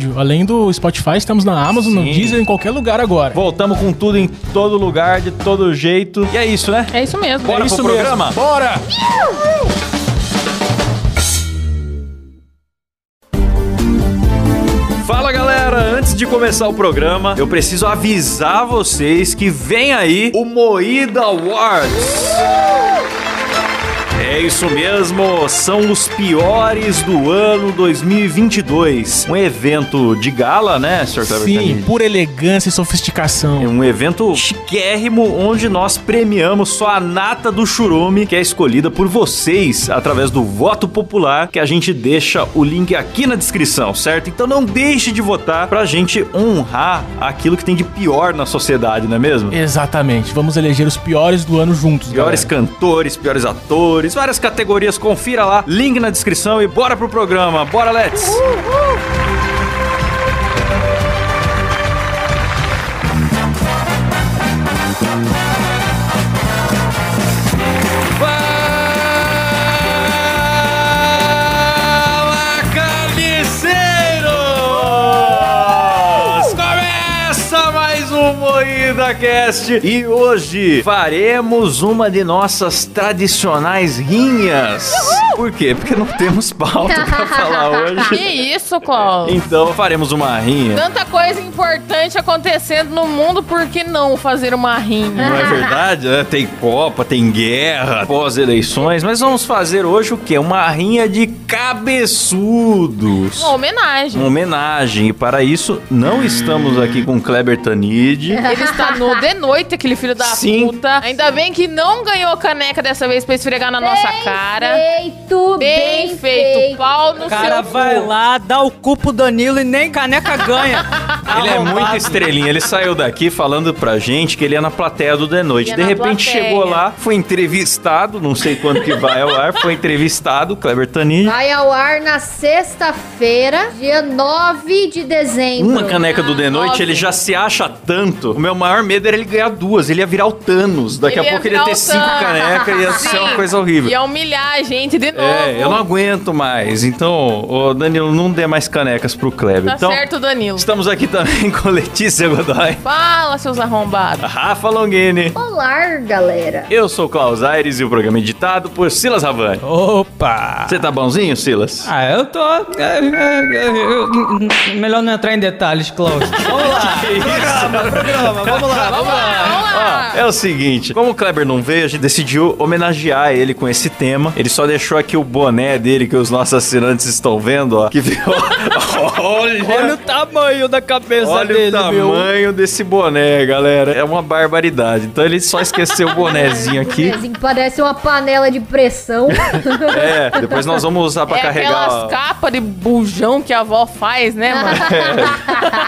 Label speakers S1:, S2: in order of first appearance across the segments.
S1: Além do Spotify, estamos na Amazon, no
S2: Sim.
S1: Deezer, em qualquer lugar agora.
S2: Voltamos com tudo em todo lugar, de todo jeito. E é isso, né?
S3: É isso mesmo.
S2: Bora
S1: é isso
S2: pro
S1: mesmo.
S2: programa?
S1: Bora!
S2: Fala galera, antes de começar o programa, eu preciso avisar vocês que vem aí o Moída Awards. É isso mesmo, são os piores do ano 2022. Um evento de gala, né, Sr. Kleber
S1: Sim,
S2: Tanid?
S1: por elegância e sofisticação.
S2: É um evento chiquérrimo onde nós premiamos só a nata do churume, que é escolhida por vocês através do voto popular, que a gente deixa o link aqui na descrição, certo? Então não deixe de votar pra gente honrar aquilo que tem de pior na sociedade, não é mesmo?
S1: Exatamente. Vamos eleger os piores do ano juntos.
S2: Piores
S1: galera.
S2: cantores, piores atores, várias categorias, confira lá, link na descrição e bora pro programa, bora Let's! Fala, carniceiros! Começa mais um Moída Cast e hoje faremos uma de nossas tradicionais rinhas. Por quê? Porque não temos pauta pra falar
S3: Que
S2: hoje.
S3: isso, Colo?
S2: Então faremos uma rinha.
S3: Tanta coisa importante acontecendo no mundo, por que não fazer uma rinha?
S2: Não é verdade? né? Tem Copa, tem guerra, pós-eleições, mas vamos fazer hoje o quê? Uma rinha de cabeçudos.
S3: Uma homenagem.
S2: Uma homenagem. E para isso, não estamos aqui com Kleber Tanid.
S3: Ele está no de noite, aquele filho da
S2: Sim.
S3: puta. Ainda bem que não ganhou caneca dessa vez pra esfregar na nossa cara.
S4: Feito,
S3: Bem, feito. Pau no
S5: O cara
S3: seu cu.
S5: vai lá, dá o cu pro Danilo e nem caneca ganha.
S2: Ele é
S5: Arrombado.
S2: muito estrelinha. Ele saiu daqui falando pra gente que ele é na plateia do The Noite.
S3: Ele é
S2: De
S3: na
S2: repente
S3: plateia.
S2: chegou lá, foi entrevistado, não sei quando que vai ao ar, foi entrevistado, Kleber Tanid.
S4: Vai ao ar na sexta-feira, dia 9 de dezembro.
S2: Uma caneca do The Noite,
S3: Então, ah, Nossa.
S2: ele já se acha tanto. O meu maior medo era ele ganhar duas. Ele ia virar o Thanos. Daqui
S3: Ele
S2: a
S3: ia
S2: pouco ele ia
S3: virar
S2: ter
S3: o
S2: cinco
S3: Thanos.
S2: canecas, ia ser uma
S3: Sim.
S2: coisa horrível.
S3: Ia humilhar a gente de novo.
S2: É, eu não aguento mais. Então, ô, Danilo, não dê mais canecas pro Kleber.
S3: Tá
S2: então,
S3: certo, Danilo.
S2: estamos aqui também com Letícia Godoy,
S3: Fala, seus arrombados.
S2: Rafa Longini.
S4: Olá, galera.
S2: Eu sou o Klaus Aires e o programa é editado por Silas Ravani.
S5: Opa!
S2: Você tá bonzinho, Silas?
S5: Ah, eu tô. é, é, é, eu- melhor não entrar em detalhes, Klaus. Vamos lá. Programa, programa. Vamos lá, vamos lá.
S3: Vamos lá.
S2: Ó, é o seguinte, como o Kleber não veio, a gente decidiu homenagear ele com esse tema. Ele só deixou aqui o boné dele que os nossos assinantes estão vendo, ó. Que ficou. Olha!
S5: Olha o tamanho da cabeça
S2: Olha
S5: dele,
S2: o
S5: meu.
S2: tamanho desse boné, galera. É uma barbaridade. Então ele só esqueceu o bonezinho aqui.
S4: Assim, Parece uma panela de pressão.
S2: É, depois nós vamos usar pra
S3: é
S2: carregar.
S3: aquelas capas de bujão que a avó faz,
S2: É
S3: né, mano?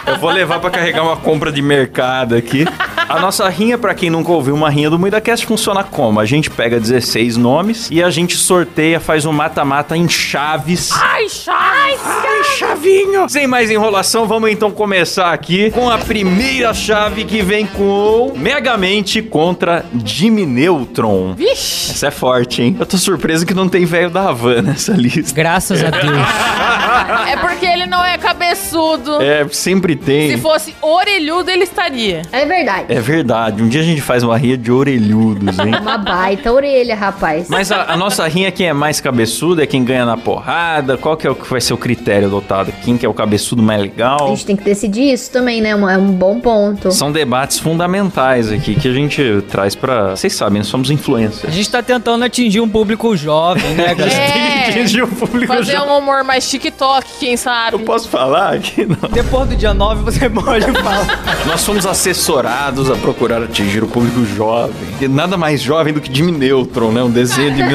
S2: Eu vou levar pra carregar uma compra de mercado aqui. A nossa rinha, pra quem nunca ouviu uma rinha do MuidaCast, funciona como? A gente pega 16 nomes e a gente sorteia, faz um mata-mata em chaves.
S3: Ai, chai!
S2: Ai, chavinho! Sem mais enrolação, vamos então começar aqui com a primeira chave que vem com Megamente contra Jimmy Neutron.
S3: Vixe!
S2: Essa é forte, hein? Eu tô surpreso que não tem velho da Havana nessa lista.
S5: Graças a Deus.
S3: É porque ele não é cabeçudo.
S2: É, sempre
S3: Se
S2: tem.
S3: fosse orelhudo, ele estaria.
S4: É verdade.
S2: É
S4: É
S2: verdade. Um dia a gente faz uma rinha de orelhudos, hein?
S4: Uma baita orelha, rapaz.
S2: Mas a, a nossa rinha, quem é mais cabeçudo, é quem ganha na porrada. Qual que é o que vai ser o critério adotado? Quem que é o cabeçudo mais
S4: A
S2: legal?
S3: Então.
S4: gente tem que decidir isso também, né? Um- É um bom ponto.
S2: São debates fundamentais aqui que a gente traz pra. Vocês sabem, nós somos
S5: A
S2: influencers.
S5: gente tá tentando atingir um público jovem, né, cara?
S3: É.
S2: Tem que atingir o público
S3: Fazer
S2: já.
S3: um humor mais TikTok, quem sabe.
S2: Eu posso falar aqui? Não.
S5: Depois do dia 9 você pode falar.
S2: Nós fomos assessorados a procurar atingir o público jovem. E nada mais jovem do que Jimmy Neutron, né? Um desenho de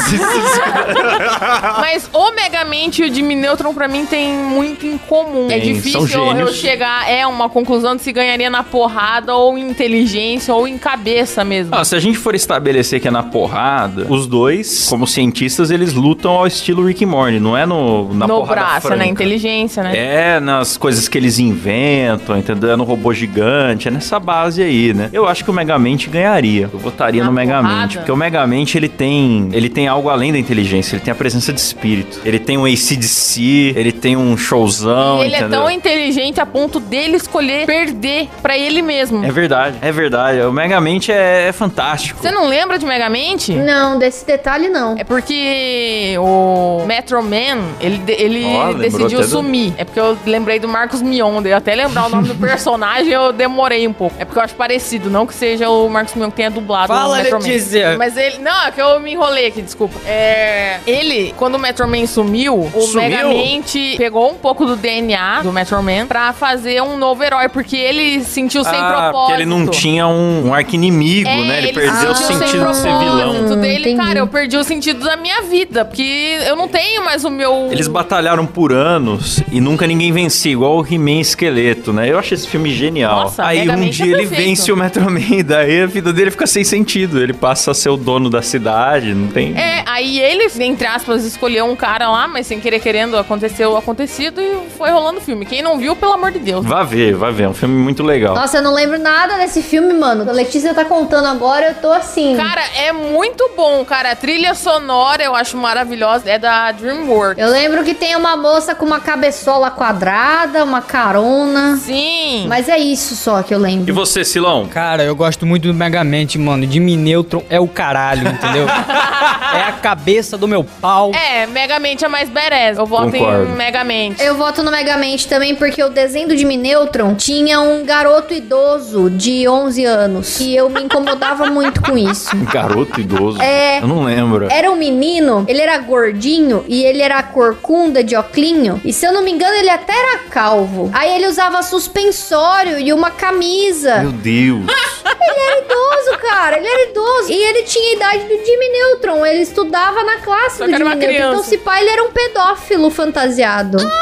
S2: 1960.
S3: Mas o Megamente e o Jimmy Neutron, pra mim, tem muito em comum. é
S2: Tem,
S3: difícil
S2: são
S3: eu, eu
S2: gênios.
S3: chegar é uma conclusão de se ganharia na porrada, ou em inteligência, ou em cabeça mesmo.
S2: Ah, se a gente for estabelecer que é na porrada, os dois, como cientistas, eles lutam ao estilo Rick and Morty, não é no, na
S3: no
S2: porrada
S3: braço,
S2: franca.
S3: na inteligência, né?
S2: É nas coisas que eles inventam, entendeu? É no robô gigante, é nessa base aí, né? Eu acho que o Megamente ganharia. Eu votaria
S3: Na
S2: no Megamente,
S3: porrada?
S2: porque o Megamente ele tem, ele tem algo além da inteligência, ele tem a presença de espírito. Ele tem um ACDC, ele tem um showzão,
S3: e ele é
S2: entendeu?
S3: tão inteligente a ponto dele escolher perder pra ele mesmo.
S2: É verdade, é verdade. O Megamente é, é fantástico.
S3: Você não lembra de Megamente?
S4: Não, desse detalhe não.
S3: É porque o Metro Man, ele, de- ele
S2: Ó, lembrou
S3: decidiu
S2: até do-
S3: sumir. É porque eu lembrei do Marcos Mion, daí eu até lembrar o nome do personagem eu demorei um pouco. É porque eu acho parecido, não que seja o Marcos Mion que tenha dublado
S5: Fala,
S3: o Metro Man.
S5: Letícia.
S3: Mas ele... Não, é que eu me enrolei aqui, desculpa. É... Ele, quando o Metro Man sumiu, o
S2: Sumiu?
S3: Megamente pegou um pouco do DNA do Metro Man pra fazer um novo herói, porque ele sentiu sem
S2: ah,
S3: propósito.
S2: porque ele não tinha um, um arqui-inimigo,
S3: É,
S2: né? Ele,
S3: ele
S2: perdeu o
S3: sentiu sem
S2: sentido de ser vilão.
S3: propósito
S4: Hum,
S3: dele,
S4: entendi.
S3: cara, eu perdi o sentido da minha vida, porque eu não tenho mais o meu.
S2: Eles batalharam por anos e nunca ninguém vencia, igual o He-Man Esqueleto, né? Eu acho esse filme genial.
S3: Nossa,
S2: Aí um
S3: Megamente
S2: dia
S3: é
S2: ele
S3: perfeito.
S2: vence o Metro Man, daí a vida dele fica sem sentido. Ele passa a ser o dono da cidade, não tem.
S3: É, aí ele, entre aspas, escolheu um cara lá, mas sem querer querendo, aconteceu o acontecido e foi rolando o filme. Quem não viu, pelo amor de Deus.
S2: Vá ver, vá ver. É um filme muito legal.
S4: Nossa, eu não lembro nada desse filme, mano. A Letícia tá contando agora, eu tô assim.
S3: Cara, é muito bom, cara. A trilha sonora eu acho maravilhosa. É da DreamWorks.
S4: Eu lembro que tem uma moça com uma cabeçola quadrada, uma carona.
S3: Sim.
S4: Mas é isso só que eu
S2: E
S4: lembro.
S2: você, Silão?
S5: Cara, eu gosto muito do Megamente, mano. Jimmy Neutron é o caralho, entendeu? é a cabeça do meu pau.
S3: É, Megamente é mais badass. Eu voto
S2: Concordo.
S3: em Megamente.
S4: Eu voto no Megamente também porque o desenho do Jimmy Neutron tinha um garoto idoso de 11 anos. E eu me incomodava muito com isso.
S2: Um Garoto idoso.
S4: É.
S2: Eu não lembro.
S4: Era um menino, ele era gordinho e ele era corcunda de oclinho. E se eu não me engano, ele até era calvo. Aí ele usava suspensório e uma camisa.
S3: É.
S2: Meu Deus.
S4: Ele era É idoso, cara. Ele era idoso. E ele tinha a idade do Jimmy Neutron. Ele estudava na classe
S3: Só
S4: do
S3: que era
S4: Jimmy
S3: uma
S4: Neutron.
S3: criança.
S4: Então, se pá, ele era um pedófilo fantasiado.
S3: Eu lembro!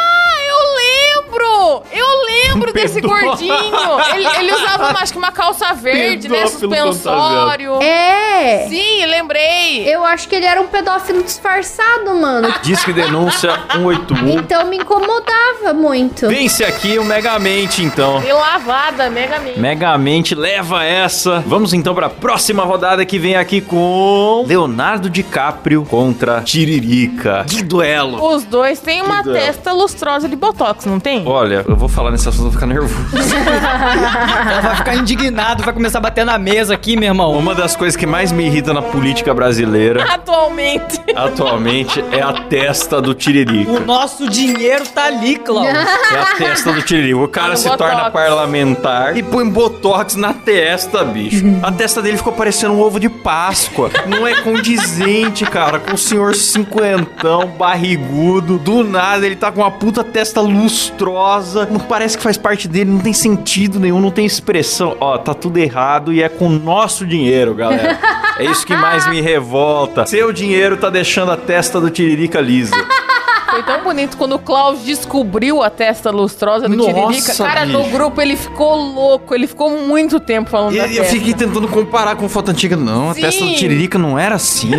S3: Eu lembro desse
S2: Pedó-
S3: gordinho! Ele, ele usava uma, acho que uma calça verde, né?
S2: Pedófilo
S3: Suspensório.
S4: É.
S3: Sim, lembrei!
S4: Eu acho que ele era um pedófilo disfarçado, mano.
S2: Diz que denúncia 181.
S4: Então me incomodava muito.
S2: Vence aqui o Megamente, então.
S3: E lavada, mega amiga.
S2: Megamente leva essa. Vamos então pra próxima rodada que vem aqui com Leonardo DiCaprio contra Tiririca. Que duelo!
S3: Os dois têm uma
S2: Que duelo.
S3: testa lustrosa de botox, não tem?
S2: Olha, eu vou falar nesse assunto, eu vou ficar nervoso.
S5: Ela vai ficar indignado, vai começar a bater na mesa aqui, meu irmão.
S2: Uma das coisas que mais me irrita na política brasileira
S3: Atualmente.
S2: atualmente é a testa do
S5: O
S2: Tiririca.
S5: nosso dinheiro tá ali, Cláudio.
S2: É a testa do Tiririca. O cara
S3: No
S2: se
S3: botox.
S2: torna parlamentar e põe botox na testa, bicho. A testa dele ficou parecendo um ovo de Páscoa. Não é condizente, cara, com o senhor cinquentão, barrigudo. Do nada ele tá com uma puta testa lustrosa. Não parece que faz parte dele, não tem sentido nenhum, não tem expressão. Ó, tá tudo errado e é com o nosso dinheiro, galera. É isso que mais me revolta. Seu dinheiro tá deixando a testa do Tiririca lisa.
S3: Foi tão bonito quando o Klaus descobriu a testa lustrosa do
S2: Nossa,
S3: Tiririca. Cara, no
S2: bicho.
S3: grupo ele ficou louco, ele ficou muito tempo falando
S2: E
S3: da
S2: eu
S3: testa.
S2: fiquei tentando comparar com foto antiga. Não, a
S3: Sim.
S2: testa do Tiririca não era assim.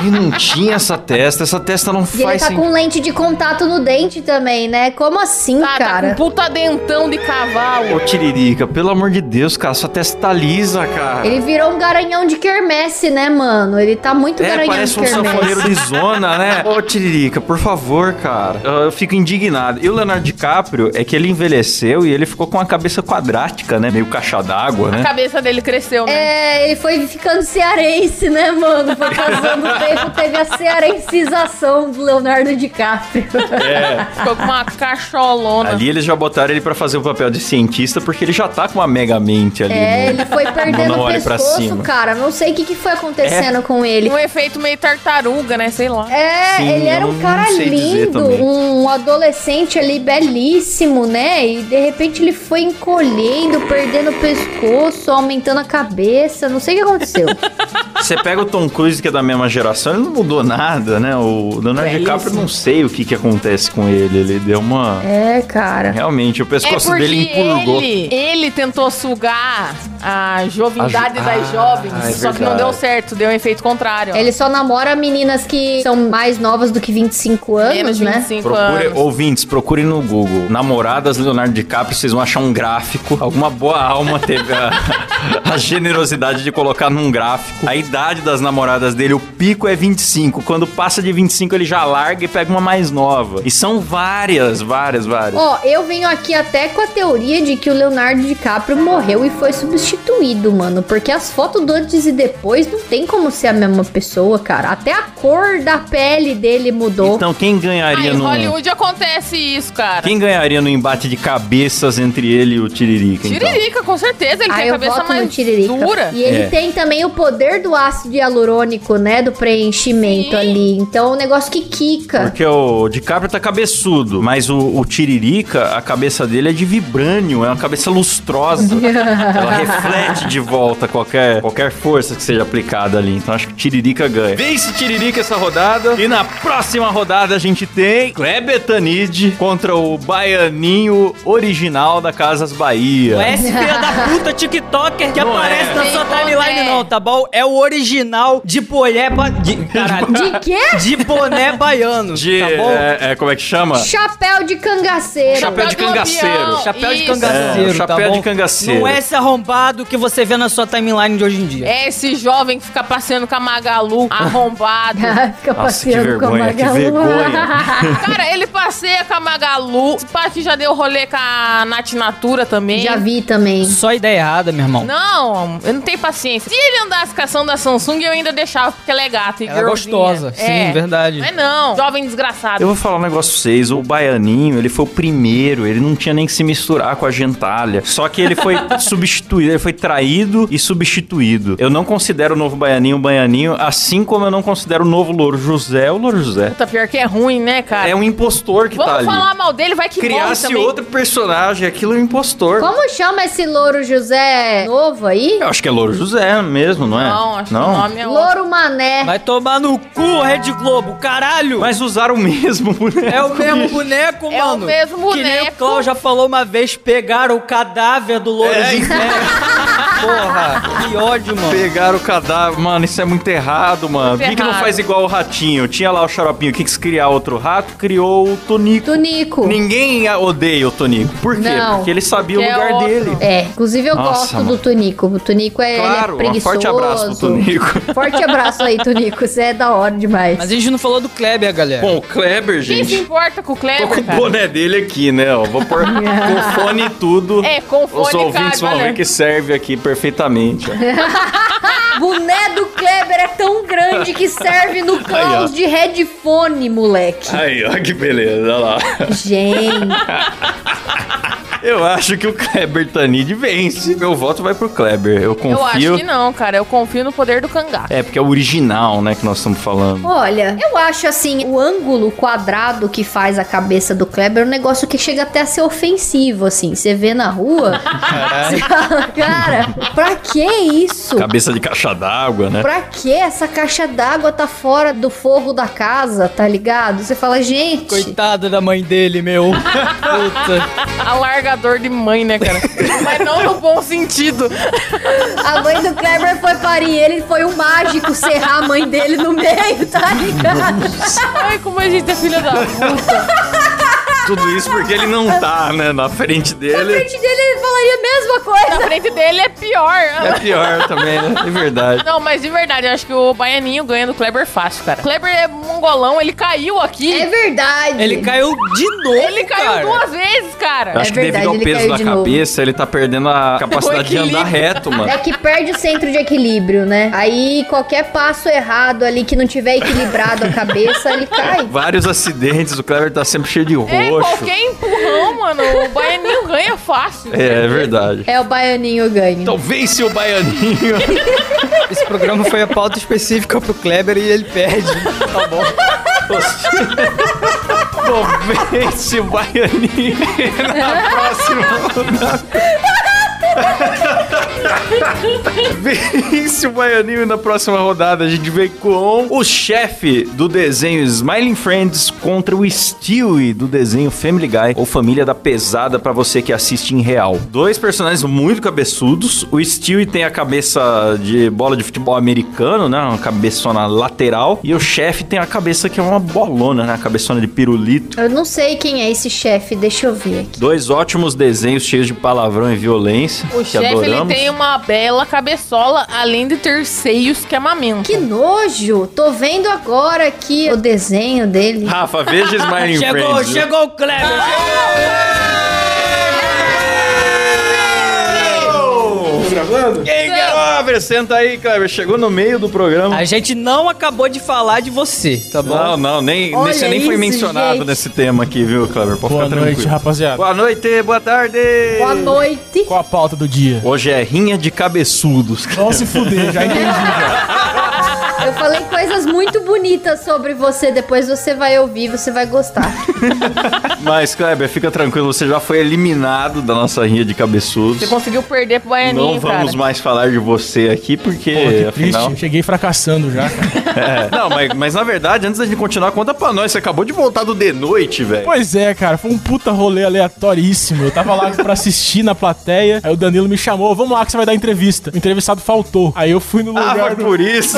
S2: Ele não tinha essa testa, essa testa não
S4: E ele
S2: faz
S4: tá
S2: sentido.
S4: com lente de contato no dente também, né? Como assim,
S3: Tá, tá com
S4: cara?
S3: puta dentão de cavalo.
S2: Ô, Tiririca, pelo amor de Deus, cara, sua testa tá lisa, cara.
S4: Ele virou um garanhão de quermesse, né, mano? Ele tá muito
S2: É,
S4: garanhão de
S2: parece um sanfoneiro
S4: quermesse.
S2: de zona, né? Ô, Tiririca, por favor, cara. Eu, eu fico indignado. E o Leonardo DiCaprio é que ele envelheceu e ele ficou com a cabeça quadrática, né? Meio caixa d'água,
S3: A
S2: né?
S3: cabeça dele cresceu, né?
S4: É, ele foi ficando cearense, né, mano? Foi passando o tempo, teve a cearencização do Leonardo DiCaprio.
S3: Ficou com uma cacholona.
S2: É. Ali eles já botaram ele pra fazer o papel de cientista porque ele já tá com uma mega mente ali.
S4: É,
S2: né?
S4: ele foi perdendo
S2: Não
S4: o
S2: olhe pra
S4: pescoço,
S2: cima. É.
S4: cara. Não sei o que, que foi acontecendo com ele.
S3: Um efeito meio tartaruga, né? Sei lá.
S4: É,
S2: Sim,
S4: ele era
S2: eu
S4: um
S2: não
S4: cara
S2: sei dizer
S4: lindo,
S2: também.
S4: um adolescente ali belíssimo, né? E de repente ele foi encolhendo, perdendo o pescoço, aumentando a cabeça, não sei o que aconteceu.
S2: Você pega o Tom Cruise, que é da mesma geração, ele não mudou nada, né? O
S3: É,
S2: Leonardo DiCaprio, não sei o que, que acontece com ele. Ele deu uma.
S4: é, cara.
S2: Realmente, o pescoço dele empurgou.
S3: É ele, ele tentou sugar a jovidade
S2: A jo-
S3: das
S2: Ah,
S3: jovens,
S2: é
S3: só que não
S2: verdade.
S3: deu certo, deu um efeito contrário. ó.
S4: Ele só namora meninas que são mais novas do que 25 anos,
S3: Menos de
S4: né?
S3: 25
S2: Procure,
S3: anos.
S2: ouvintes, procurem no Google. Namoradas Leonardo DiCaprio, vocês vão achar um gráfico. Alguma boa alma teve a, a generosidade de colocar num gráfico. A idade das namoradas dele, o pico é 25. Quando passa de 25, ele já larga e pega uma mais nova. E são várias, várias, várias.
S4: Ó, eu venho aqui até com a teoria de que o Leonardo DiCaprio morreu e foi substituído, mano. Porque as fotos do antes e depois não tem como ser a mesma pessoa, cara. Até a cor da pele dele mudou.
S2: Então, quem ganharia
S3: Aí,
S2: no.
S3: Ah, Hollywood acontece isso, cara.
S2: Quem ganharia no embate de cabeças entre ele e o Tiririca? então?
S3: Tiririca, com certeza, ele
S4: Ah,
S3: tem a
S4: eu
S3: cabeça
S4: voto no
S3: mais
S4: Tiririca.
S3: dura.
S4: E ele
S2: É.
S4: tem também o poder do ácido hialurônico, né? Do preenchimento
S3: Sim.
S4: ali. Então é um negócio que quica.
S2: Porque o DiCaprio tá cabeçudo, mas o, o Tiririca, a cabeça dele é de vibrânio, é uma cabeça lustrosa. Ela reflete de volta qualquer, qualquer força que seja aplicada ali. Então acho que o Tiririca ganha. Vence Tiririca essa rodada. E na próxima rodada a gente tem Kleber Tanid contra o baianinho original da Casas Bahia.
S5: Não é esse filho da puta TikToker que
S2: Não
S5: aparece
S2: é.
S5: na sua
S3: Tem
S5: timeline,
S3: boné.
S5: não, tá bom? É o original de boné. Ba... De, caralho.
S4: De quê?
S5: De boné baiano,
S2: De,
S5: tá bom?
S2: é, é, como é que chama?
S4: Chapéu de cangaceiro.
S2: Chapéu de
S3: Gavião,
S2: cangaceiro.
S5: Chapéu de
S3: isso.
S5: cangaceiro,
S2: É, chapéu
S5: tá bom?
S2: de cangaceiro.
S5: Não é esse arrombado que você vê na sua timeline de hoje em dia.
S3: É esse jovem que fica passeando com a Magalu, arrombado.
S4: Fica
S2: Nossa, que
S4: passeando com a
S2: vergonha, que
S4: Magalu.
S2: vergonha.
S3: Cara, ele passeia com a Magalu. Esse pai que já deu rolê com a Nath Natura também.
S4: Já vi também.
S5: Só ideia errada, meu irmão.
S3: Não, eu não tenho paciência. Se ele andasse caçando da Samsung, eu ainda deixava, porque ela é gata e
S5: Ela é
S3: girlzinha.
S5: gostosa, sim, verdade.
S3: Mas não, é. jovem desgraçado.
S2: Eu vou falar um negócio pra vocês. O Baianinho, ele foi o primeiro. Ele não tinha nem que se misturar com a gentalha. Só que ele foi substituído. Ele foi traído e substituído. Eu não considero o novo Baianinho o Baianinho, assim como eu não considero o novo Louro José é o Louro José.
S3: Puta, pior que é ruim, né, cara?
S2: É um impostor que
S3: Vamos
S2: tá ali.
S3: falar mal dele, vai que morre
S2: Criasse
S3: também.
S2: outro personagem, aquilo é um impostor.
S4: Como chama esse louro José novo aí?
S2: Eu acho que é Louro José mesmo, não é?
S3: Não, acho que o nome é outro.
S4: Louro Mané.
S5: Vai tomar no cu, Red Globo, caralho!
S2: Mas usaram o mesmo, né?
S5: É o mesmo boneco,
S3: É
S5: mano.
S3: o mesmo
S5: Que nem o
S3: boneco.
S5: Cláudio já falou uma vez, pegaram o cadáver do Louro
S2: É,
S5: José. Porra, que ódio, mano.
S2: Pegaram o cadáver. Mano, isso é muito errado, mano. Por
S3: Muito
S2: que, que não
S3: errado.
S2: faz igual o ratinho? Tinha lá o xaropinho. que quis criar outro rato, criou o Tonico.
S4: Tunico.
S2: Ninguém a- odeia o Tonico. Por quê?
S4: Não,
S2: Porque ele sabia
S3: porque
S2: o
S3: é
S2: lugar
S3: outro.
S2: dele.
S4: É, inclusive eu
S2: Nossa,
S4: gosto
S2: mano.
S4: do Tunico. O Tunico é, ele é
S2: Claro, um
S4: preguiçoso.
S2: forte abraço pro Tonico.
S4: Forte abraço aí, Tunico. Você é da hora demais.
S5: Mas a gente não falou do Kleber, galera.
S2: Bom, o Kleber,
S3: Quem se
S2: gente.
S3: importa com o
S2: Tô com
S3: Kleber,
S2: o
S3: cara?
S2: boné dele aqui, né? ó. Vou pôr com fone e tudo.
S3: É, com
S2: Os
S3: fone, cara,
S2: ouvintes vão ver que serve aqui perfeitamente. ó.
S4: O boné do Kleber é tão grande que serve no
S2: Aí, ó.
S4: Klaus de headphone, moleque.
S2: Aí, ó, que beleza, olha lá.
S4: Gente,
S2: Eu acho que o Kleber Tanid vence. Meu voto vai pro Kleber. Eu confio.
S3: Eu acho que não, cara. Eu confio no poder do cangaço.
S2: É, porque é o original, né, que nós estamos falando.
S4: olha, eu acho assim, o ângulo quadrado que faz a cabeça do Kleber é um negócio que chega até a ser ofensivo, assim. Você vê na rua,
S2: É.
S4: você fala, cara, pra que isso?
S2: Cabeça de caixa d'água, né?
S4: Pra que essa caixa d'água tá fora do forro da casa, tá ligado? Você fala, gente,
S5: Coitado da mãe dele, meu. Puta.
S3: Alarga pegador de mãe, né, cara? Mas não no bom sentido.
S4: A mãe do Kleber foi parir ele, ele foi um mágico serrar a mãe dele no meio, tá ligado?
S3: Ai, como a gente é filha da puta.
S2: Tudo isso porque ele não tá, né? Na frente
S4: Na
S2: dele
S4: frente dele ele falaria a mesma
S3: Na
S4: coisa.
S3: frente dele é pior.
S2: é pior também, né? É verdade.
S3: Não, mas de verdade, eu acho que o Baianinho ganha do Kleber fácil, cara. O Kleber é mongolão, ele caiu aqui.
S4: É verdade.
S5: Ele caiu de novo,
S3: Ele caiu
S5: cara.
S3: duas vezes, cara.
S4: É
S2: Acho que devido
S4: verdade,
S2: ao
S4: ele
S2: peso
S4: caiu
S2: da
S4: de novo.
S2: cabeça, ele tá perdendo a capacidade de andar
S3: equilíbrio.
S2: reto, mano.
S4: É que perde o centro de equilíbrio, né? Aí qualquer passo errado ali que não tiver equilibrado a cabeça, ele cai.
S2: Vários acidentes, o Kleber tá sempre cheio de
S3: É,
S2: roxo.
S3: qualquer empurrão, mano, o Baianinho ganha fácil.
S2: É, é verdade.
S4: É o baianinho ganho.
S2: Talvez se o baianinho.
S5: Esse programa foi a pauta específica pro Kleber e ele perde. Tá bom.
S2: Talvez se Então o baianinho. Na próxima rodada. Vence o Baianinho na próxima rodada. A gente vem com o chefe do desenho Smiling Friends contra o Stewie do desenho Family Guy ou Família da Pesada pra você que assiste em real. Dois personagens muito cabeçudos. O Stewie tem a cabeça de bola de futebol americano, né? Uma cabeçona lateral. E o chefe tem a cabeça que é uma bolona, né? Uma cabeçona de pirulito.
S4: Eu não sei quem é esse chefe, deixa eu ver aqui.
S2: Dois ótimos desenhos cheios de palavrão e violência.
S3: O
S2: que
S3: chefe, ele
S2: adoramos.
S3: tem um- uma bela cabeçola, além de ter seios que amamentam.
S4: Que nojo! Tô vendo agora aqui o desenho dele.
S2: Rafa, veja Smiling
S5: Chegou,
S2: Friends.
S5: chegou o Kleber.
S2: Quem que abre? Senta aí, Kleber. Chegou no meio do
S6: Ah.
S2: programa.
S5: A gente não acabou de falar de você, tá bom?
S2: Não, não, nem,
S4: Olha
S2: você nem foi
S4: isso,
S2: mencionado
S4: gente.
S2: nesse tema aqui, viu, Kleber? Pode
S1: Boa
S2: ficar
S1: noite,
S2: tranquilo.
S1: rapaziada.
S2: Boa noite, boa tarde.
S4: Boa noite.
S1: Qual a pauta do dia?
S2: Hoje é rinha de cabeçudos.
S1: Vamos se fuder, já entendi. já.
S4: Eu falei coisas muito bonitas sobre você, depois você vai ouvir, você vai gostar.
S2: Mas, Kleber, fica tranquilo, você já foi eliminado da nossa rinha de cabeçudos.
S3: Você conseguiu perder pro Baianinho,
S2: Não
S3: cara.
S2: vamos mais falar de você aqui, porque,
S1: Pô, que triste.
S2: É, afinal...
S1: eu Cheguei fracassando já. cara.
S2: É. Não, mas, mas na verdade, antes da gente continuar, conta pra nós. Você acabou de voltar do de noite, velho.
S1: Pois é, cara, foi um puta rolê aleatoríssimo. Eu tava lá pra assistir na plateia, aí o Danilo me chamou, vamos lá que você vai dar entrevista. O entrevistado faltou. Aí eu fui no
S2: Ah,
S1: lugar
S2: foi
S1: do-
S2: por isso.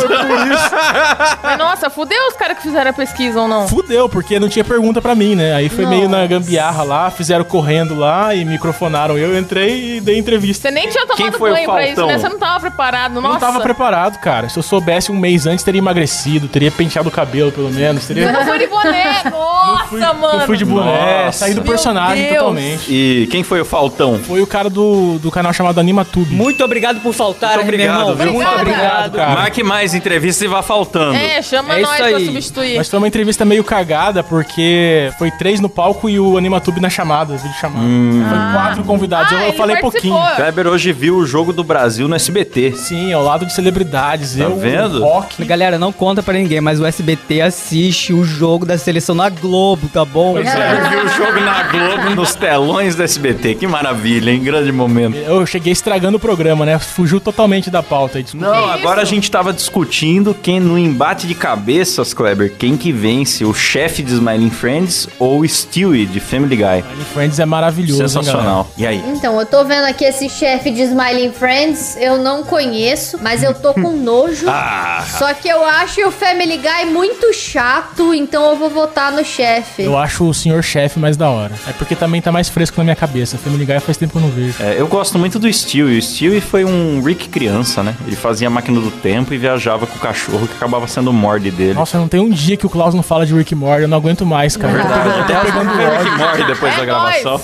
S3: Mas, nossa, fudeu os caras que fizeram a pesquisa ou não?
S1: Fudeu, porque não tinha pergunta pra mim, né? Aí foi meio na
S4: Nossa.
S1: gambiarra lá, fizeram correndo lá e microfonaram. Eu entrei e dei entrevista.
S3: Você nem tinha
S2: Quem
S3: tomado
S2: foi o
S3: banho pra isso,
S2: Faustão?
S3: né? Você não tava preparado, nossa.
S1: Não tava preparado, cara. Se eu soubesse um mês antes, teria emagrecido, teria penteado o cabelo, pelo menos. Teria...
S3: Eu não fui de boné, nossa,
S1: Fui-
S3: mano.
S1: Eu fui de boné,
S2: Nossa.
S1: saí do
S2: Meu
S1: personagem
S3: Deus.
S1: totalmente.
S2: E quem foi o Faltão?
S1: Foi o cara do, do canal chamado AnimaTube.
S5: Muito obrigado por faltar,
S2: Muito
S5: meu irmão.
S2: obrigado, viu?
S5: Muito
S3: Obrigada.
S5: obrigado.
S1: Cara.
S2: Marque mais entrevistas e vá faltando.
S3: É, chama
S5: É isso
S3: nós pra
S5: aí.
S3: substituir.
S1: Mas foi uma entrevista meio cagada, porque foi três no palco e o Animatube na chamada, vídeo chamado.
S2: Hum.
S1: Foi quatro convidados.
S3: Ah,
S1: eu, eu
S3: ele
S1: falei
S3: participou.
S1: pouquinho.
S2: Kleber hoje viu o jogo do Brasil no SBT.
S1: Sim, ao lado de celebridades. eu,
S2: Tá vendo?
S1: o Rock.
S5: Galera, não conta pra ninguém, mas o SBT assiste o jogo da seleção na Globo, tá bom?
S2: Pois é, ele viu o jogo na Globo, nos telões do SBT. Que maravilha, hein? Grande momento.
S1: Eu cheguei estragando o programa, né? Fugiu totalmente da pauta. aí, desculpa.
S2: Não,
S3: Que
S2: agora a
S3: isso?
S2: gente tava discutindo quem no embate de cabeças, Kleber, quem que vence, o chefe de Smiling Friends ou o Stewie de Family Guy.
S1: Smiling Friends é maravilhoso, hein, galera?
S2: Sensacional. E aí?
S4: Então, eu tô vendo aqui esse chefe de Smiling Friends, eu não conheço, mas eu tô com nojo.
S2: Ah,
S4: Só que eu acho o Family Guy muito chato, então eu vou votar no chefe.
S1: Eu acho o senhor chefe mais da hora. É porque também tá mais fresco na minha cabeça. Family Guy faz tempo que eu não vejo.
S2: É, eu gosto muito do Stewie. O Stewie foi um Rick criança, né? Ele fazia a máquina do tempo e viajava com o cachorro que acabava sendo o morde dele.
S1: Nossa, não tem um dia que o Klaus não fala de Rick and Morty. Eu não aguento mais, cara. Eu tô pegando- eu tô
S2: Até
S1: pegando
S2: o Rick morre depois
S3: É
S2: da gravação.
S3: nóis.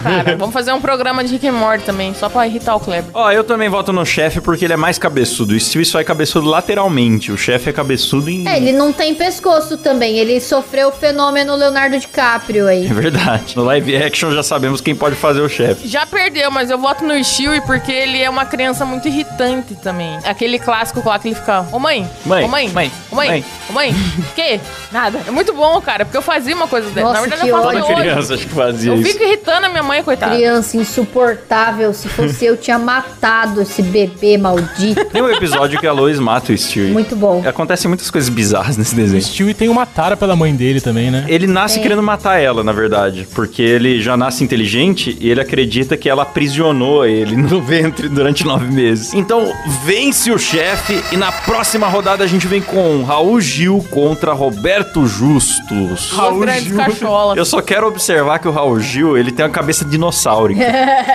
S3: cara. Vamos fazer um programa de Rick and Morty também, só pra irritar o Kleber.
S2: Ó, eu também voto no chefe porque ele é mais cabeçudo. O Stewie só é cabeçudo lateralmente. O chefe é cabeçudo em.
S4: É, ele não tem pescoço também, ele sofreu o fenômeno Leonardo DiCaprio aí.
S2: É verdade. No live action já sabemos quem pode fazer o chefe.
S3: Já perdeu, mas eu voto no Stewie porque ele é uma criança muito irritante também. Aquele clássico lá que ele fica, ô mãe,
S2: Mãe,
S3: ô mãe,
S2: mãe,
S3: ô mãe,
S2: mãe."
S3: ô mãe, que? Nada. É muito bom, cara, porque eu fazia uma coisa dessa.
S4: Nossa,
S3: Na verdade,
S4: que
S3: eu faço
S2: Toda
S4: ódio.
S3: hoje.
S2: criança acho que fazia
S3: Eu
S2: isso.
S3: fico irritando a minha minha mãe, coitada.
S4: Criança insuportável. Se fosse eu, tinha matado esse bebê maldito.
S2: Tem um episódio que a Lois mata o Stewie.
S4: Muito bom.
S2: Acontecem muitas coisas bizarras nesse
S1: O
S2: desenho.
S1: Stewie tem uma tara pela mãe dele também, né?
S2: Ele nasce
S4: É.
S2: querendo matar ela, na verdade. Porque ele já nasce inteligente e ele acredita que ela aprisionou ele no ventre durante nove meses. Então, vence o chefe e na próxima rodada a gente vem com Raul Gil contra Roberto Justus.
S3: Duas grandes cacholas.
S2: Eu só quero observar que o Raul Gil, ele tem uma cabeça dinossaurica.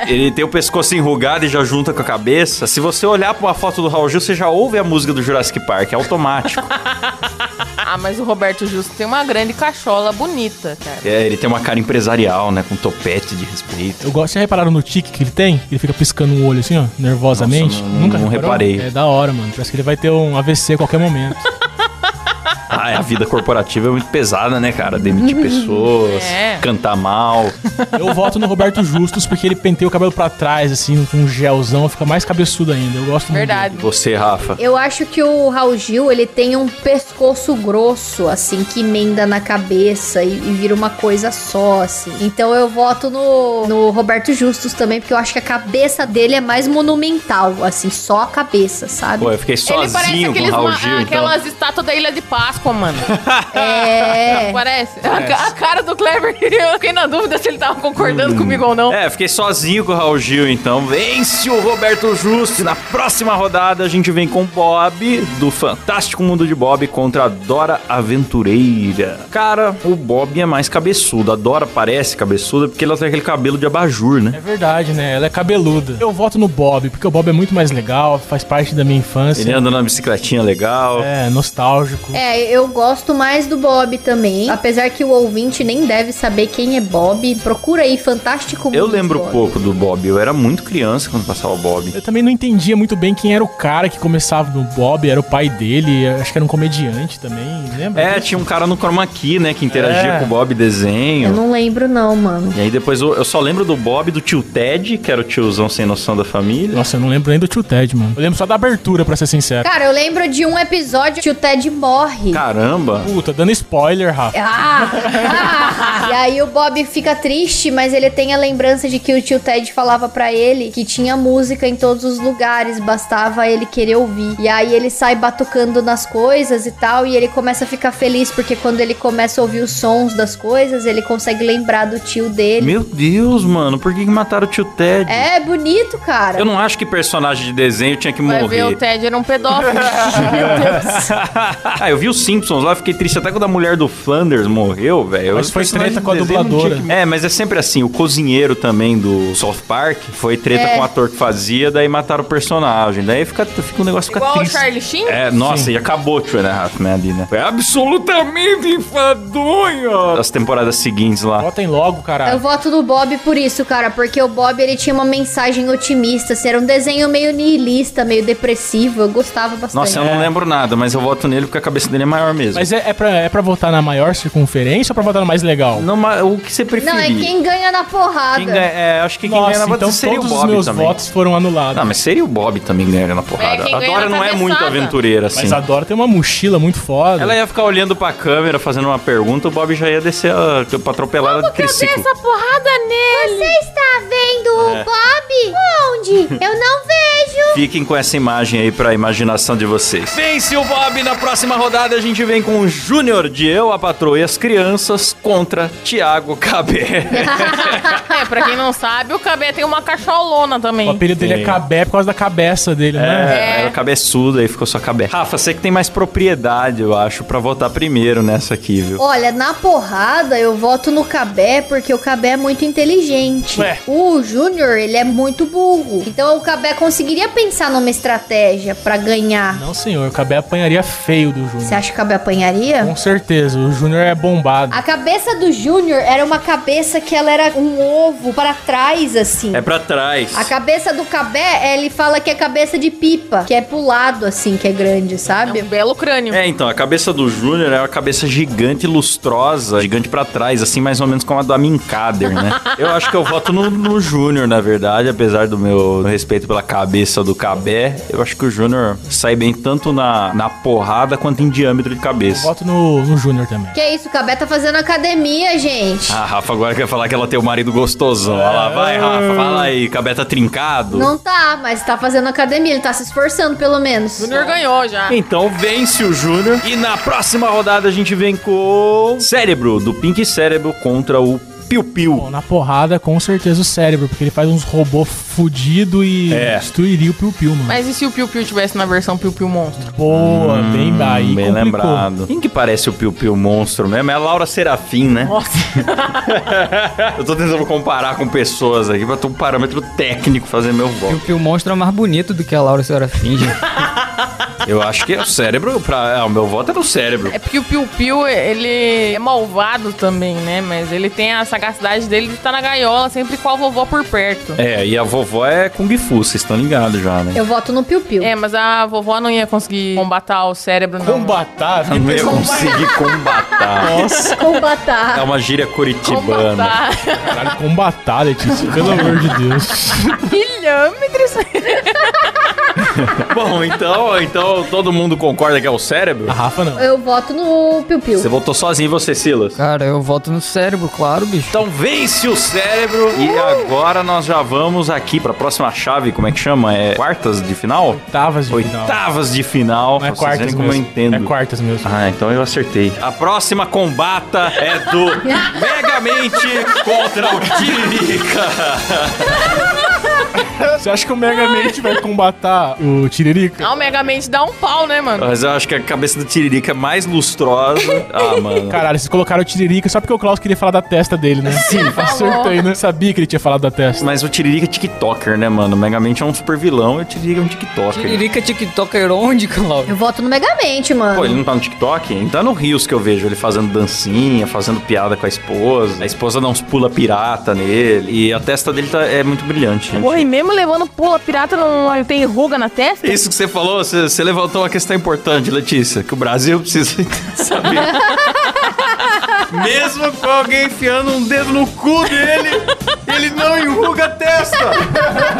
S2: ele tem o pescoço enrugado e já junta com a cabeça. Se você olhar pra uma foto do Raul Gil, você já ouve a música do Jurassic Park, é automático.
S3: Ah, mas o Roberto Justo tem uma grande cachola bonita, cara.
S2: é, ele tem uma cara empresarial, né, com topete de respeito.
S1: Eu gosto, vocês repararam no tique que ele tem? Ele fica piscando um olho assim, ó, nervosamente.
S2: Nossa, não-
S1: Nunca
S2: não
S1: reparou?
S2: reparei.
S1: É da hora, mano. Parece que ele vai ter um AVC a qualquer momento.
S2: Ah, a vida corporativa é muito pesada, né, cara? Demitir pessoas,
S3: Uhum. É.
S2: cantar mal.
S1: Eu voto no Roberto Justus porque ele penteia o cabelo pra trás, assim, com um gelzão, fica mais cabeçudo ainda. Eu gosto muito.
S3: Verdade.
S2: E você, Rafa?
S4: Eu acho que o Raul Gil, ele tem um pescoço grosso, assim, que emenda na cabeça e, e vira uma coisa só, assim. Então eu voto no, no Roberto Justus também, porque eu acho que a cabeça dele é mais monumental, assim, só a cabeça, sabe?
S2: Pô, eu fiquei sozinho com o Raul
S3: ma-
S2: Gil, então.
S3: aquelas estátuas da Ilha de Páscoa, mano.
S4: É.
S3: Parece. A ca- A, cara do Kleber, eu fiquei na dúvida se ele tava concordando comigo ou não.
S2: É, fiquei sozinho com o Raul Gil, então. Vence o Roberto Justo. E Na próxima rodada, a gente vem com Bob, do Fantástico Mundo de Bob, contra a Dora Aventureira. Cara, o Bob é mais cabeçudo. A Dora parece cabeçuda porque ela tem aquele cabelo de abajur, né?
S1: É verdade, né? Ela é cabeluda. Eu voto no Bob, porque o Bob é muito mais legal, faz parte da minha infância.
S2: Ele é anda na bicicletinha legal.
S1: É, nostálgico.
S4: É, eu gosto mais do Bob também. Apesar que o ouvinte nem deve saber quem é Bob. Procura aí, Fantástico Mundo
S2: Eu
S4: de
S2: lembro
S4: Bob.
S2: pouco do Bob. Eu era muito criança quando passava o Bob.
S1: Eu também não entendia muito bem quem era o cara que começava no Bob, era o pai dele, acho que era um comediante também, lembra?
S2: É, tinha um cara no Chroma Key, né, que interagia
S1: É.
S2: com o Bob desenho.
S4: Eu não lembro não, mano.
S2: E aí depois eu, eu só lembro do Bob, do tio Ted, que era o tiozão sem noção da família.
S1: Nossa, eu não lembro nem do tio Ted, mano. Eu lembro só da abertura, pra ser sincero.
S4: Cara, eu lembro de um episódio que o Ted morre.
S2: Caramba!
S1: Puta, dando spoiler, Rafa.
S4: Ah! Ah! e aí o Bob fica triste, mas ele tem a lembrança de que o tio Ted falava pra ele que tinha música em todos os lugares, bastava ele querer ouvir. E aí ele sai batucando nas coisas e tal, e ele começa a ficar feliz porque quando ele começa a ouvir os sons das coisas, ele consegue lembrar do tio dele.
S2: Meu Deus, mano, por que que mataram o tio Ted?
S4: É bonito, cara.
S2: Eu não acho que personagem de desenho tinha que
S3: Vai ver, o
S2: morrer.
S3: Ted era um pedófilo.
S2: ah, eu vi os Simpsons lá, fiquei triste até quando a mulher do Flanders morreu, velho.
S1: Mas
S2: Os
S1: foi
S2: personagens
S1: treta
S2: de
S1: com a
S2: desenho não
S1: dubladora.
S2: tinha que- É, mas é sempre assim. O cozinheiro também do South Park foi treta
S3: É.
S2: com o ator que fazia, daí mataram o personagem. Daí fica, fica um negócio fica
S3: Igual o
S2: triste.
S3: Charlie Sheen?
S2: É, nossa, e acabou Two and a Half Men ali,
S1: É
S2: né? Foi absolutamente enfadonho as temporadas seguintes lá.
S1: Votem logo,
S4: Eu
S2: Ah.
S1: caralho.
S4: voto no Bob por isso, cara, porque o Bob ele tinha uma mensagem otimista, assim, era um desenho meio niilista, meio depressivo, eu gostava bastante.
S2: Nossa, é um eu não lembro nada, mas eu voto nele porque a cabeça dele é maior mesmo.
S1: Mas é, é, pra, é pra votar na maior circunferência ou pra votar na mais legal?
S2: Não, mas o que você preferir.
S4: Não, é quem ganha na porrada.
S2: Quem ganha- é, acho que quem
S1: Nossa,
S2: ganha na
S1: então
S2: então seria
S1: todos
S2: o
S1: os
S2: Bob
S1: meus
S2: também.
S1: votos foram anulados.
S2: Não, mas seria o Bob também ganhando na
S3: É,
S2: porrada.
S3: quem
S2: a
S3: ganha
S2: Dora
S3: na
S2: não é
S3: cabeçada.
S2: muito aventureira, assim.
S1: Mas a Dora tem uma mochila muito foda.
S2: Ela é ia ficar olhando pra câmera, fazendo uma pergunta, o Bob já ia descer a, pra atropelar ela de triciclo. É.
S3: porrada nele.
S4: Você está vendo o Bob? Onde? Eu não vejo.
S2: Fiquem com essa imagem aí pra imaginação de vocês. Vence o Bob na próxima rodada. A gente vem com o Júnior de Eu, a Patroa e as Crianças contra Tiago Cabé.
S3: É, pra quem não sabe, o Cabé tem uma cacholona
S1: O
S3: também.
S1: apelido dele
S2: Sim.
S1: é Cabé por causa da cabeça dele, né?
S2: É, era cabeçudo, aí ficou só cabé. Rafa, você que tem mais propriedade, eu acho, pra votar primeiro nessa aqui, viu?
S4: Olha, na porrada eu voto no Cabé porque o Cabé é muito inteligente.
S1: Ué.
S4: O Júnior, ele é muito burro. Então o Cabé conseguiria pensar numa estratégia pra ganhar.
S1: Não, senhor, o Cabé apanharia feio do Júnior.
S4: Você acha que o Cabé apanharia?
S1: Com certeza, o Júnior é bombado.
S2: Ah.
S4: A cabeça do Júnior era uma cabeça que ela era um ovo pra trás, assim.
S2: É pra trás.
S4: A cabeça do Cabé, ele fala que é cabeça de pipa, que é pro lado, assim, que é grande,
S3: É
S4: sabe?
S3: um belo crânio.
S2: É, então, a cabeça do Júnior é uma cabeça gigante, lustrosa, gigante pra trás, assim, mais ou menos como a da Minkader, né? Eu acho que eu voto no, no Júnior, na verdade, apesar do meu respeito pela cabeça do do Cabé, eu acho que o Júnior sai bem tanto na, na porrada quanto em diâmetro de cabeça.
S1: Voto no, no Júnior também.
S4: Que isso, o Cabé tá fazendo academia, gente.
S2: A Ah, Rafa agora quer falar que ela tem o marido gostosão. Olha lá, vai, Rafa, fala aí. Cabé tá trincado.
S4: Não tá, mas tá fazendo academia, ele tá se esforçando pelo menos.
S3: O Júnior ganhou já.
S2: Então vence o Júnior. E na próxima rodada a gente vem com. Cérebro, do Pink Cérebro contra o Piu Piu.
S1: Bom, na porrada, com certeza o cérebro, porque ele faz uns robô fudido e
S2: É.
S1: destruiria o Piu Piu, mano.
S3: Mas e se o Piu Piu tivesse na versão Piu Piu Monstro?
S1: Boa, bem aí
S2: Hum, Bem
S1: complicou.
S2: lembrado. Quem que parece o Piu Piu monstro mesmo? É a Laura Serafim, né?
S3: Nossa.
S2: Eu tô tentando comparar com pessoas aqui pra ter um parâmetro técnico fazer meu voto.
S5: Piu Piu Monstro é mais bonito do que a Laura Serafim, gente.
S2: Eu acho que é o cérebro. Pra... Ah, o meu voto é no cérebro.
S3: É porque o Piu Piu, ele é malvado também, né? Mas ele tem a sagacidade dele de estar na gaiola sempre com a vovó por perto.
S2: É, e a vovó é Kung Fu, vocês estão ligados já, né?
S4: Eu voto no Piu Piu.
S3: É, mas a vovó não ia conseguir combatar o cérebro, não.
S1: Combatar?
S2: Eu não ia conseguir combatar.
S1: Nossa,
S2: É
S4: Combatar.
S2: uma gíria curitibana.
S3: Combatar.
S1: caralho, combatar, Letícia, pelo amor de Deus.
S3: Quilômetros.
S2: Bom, então, então todo mundo concorda que é o cérebro?
S1: A Rafa não.
S4: Eu voto no Piu Piu.
S2: Você votou sozinho, você, Silas?
S5: Cara, eu voto no cérebro, claro, bicho. Uh!
S2: Então vence o cérebro e agora nós já vamos aqui pra próxima chave, como é que chama? É quartas de final?
S1: Oitavas de final.
S2: Oitavas de final.
S1: Não é
S2: Vocês
S1: quartas
S2: veem
S1: mesmo.
S2: como eu entendo.
S1: É quartas mesmo.
S2: Ah, então eu acertei. A próxima combata é do Megamente contra o Tiririca. Ah.
S1: Você acha que o Mega Mente vai combatar o Tiririca?
S3: Ah, o Megamente dá um pau, né, mano?
S2: Mas eu acho que a cabeça do Tiririca é mais lustrosa. Ah, mano.
S1: Caralho, vocês colocaram o Tiririca só porque o Klaus queria falar da testa dele, né? Sim, acertei, né? Sabia que ele tinha falado da testa.
S2: Mas o Tiririca é tiktoker, né, mano? O Megamente é um super vilão e o Tiririca é um tiktoker.
S5: Tiririca TikToker onde, Cláudio?
S4: Eu voto no Megamente, mano.
S2: Pô, ele não tá no TikTok? Então é no Rios que eu vejo ele fazendo dancinha, fazendo piada com a esposa. A esposa dá uns pula pirata nele. E a testa dele tá- é muito brilhante. gente.
S3: Porra, e mesmo levando pula pirata, não tem ruga na testa?
S2: É Isso que você falou, você você levantou uma questão importante, Letícia, que o Brasil precisa saber. Mesmo com alguém enfiando um dedo no cu dele, ele não enruga a testa.